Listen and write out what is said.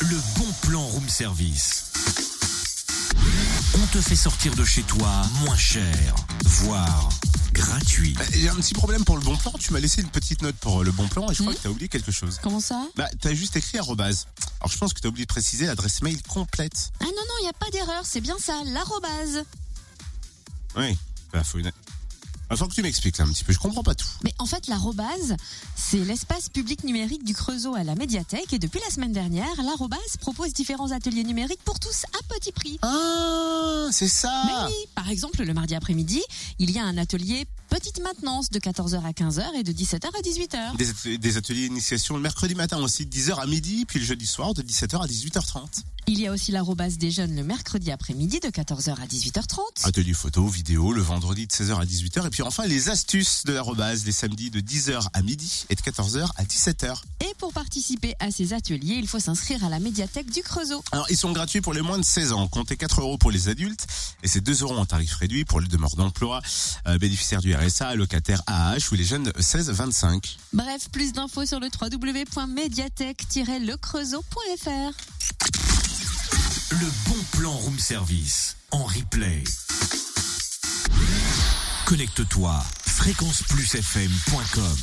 le bon plan room service. On te fait sortir de chez toi moins cher, voire gratuit. Bah, J'ai un petit problème pour le bon plan. Tu m'as laissé une petite note pour euh, le bon plan et je Mmh. crois que t'as oublié quelque chose. Comment ça Bah, t'as juste écrit arrobase. Alors, je pense que t'as oublié de préciser l'adresse mail complète. Ah non, non, il n'y a pas d'erreur, c'est bien ça, l'arrobase. Oui. Bah, faut une. Bah, faut que tu m'expliques là un petit peu. Je comprends pas tout. Mais en fait, l'arrobase, c'est l'espace public numérique du Creusot à la médiathèque. Et depuis la semaine dernière, l'arrobase propose différents ateliers numériques pour tous à petit prix. Ah, c'est ça. Mais oui, par exemple, le mardi après-midi, il y a un atelier petite maintenance de 14h à 15h et de 17h à 18h. Des, at- des ateliers d'initiation le mercredi matin aussi, de 10h à midi, puis le jeudi soir de 17h à 18h30. Il y a aussi l'arrobase des jeunes le mercredi après-midi de 14h à 18h30. Atelier photo, vidéo, le vendredi de 16h à 18h. Et puis enfin, les astuces de l'arrobase, les samedis de 10h à midi et de 14h à 17h. Et pour participer à ces ateliers, il faut s'inscrire à la médiathèque du Creusot. Alors, ils sont gratuits pour les moins de 16 ans. Comptez 4 euros pour les adultes et c'est 2 euros en tarif réduit pour les demeures d'emploi, euh, bénéficiaires du RSA, locataires AH ou les jeunes de 16-25. Bref, plus d'infos sur le www.médiathèque-lecreusot.fr. Le bon plan room service en replay. Connecte-toi fréquenceplusfm.com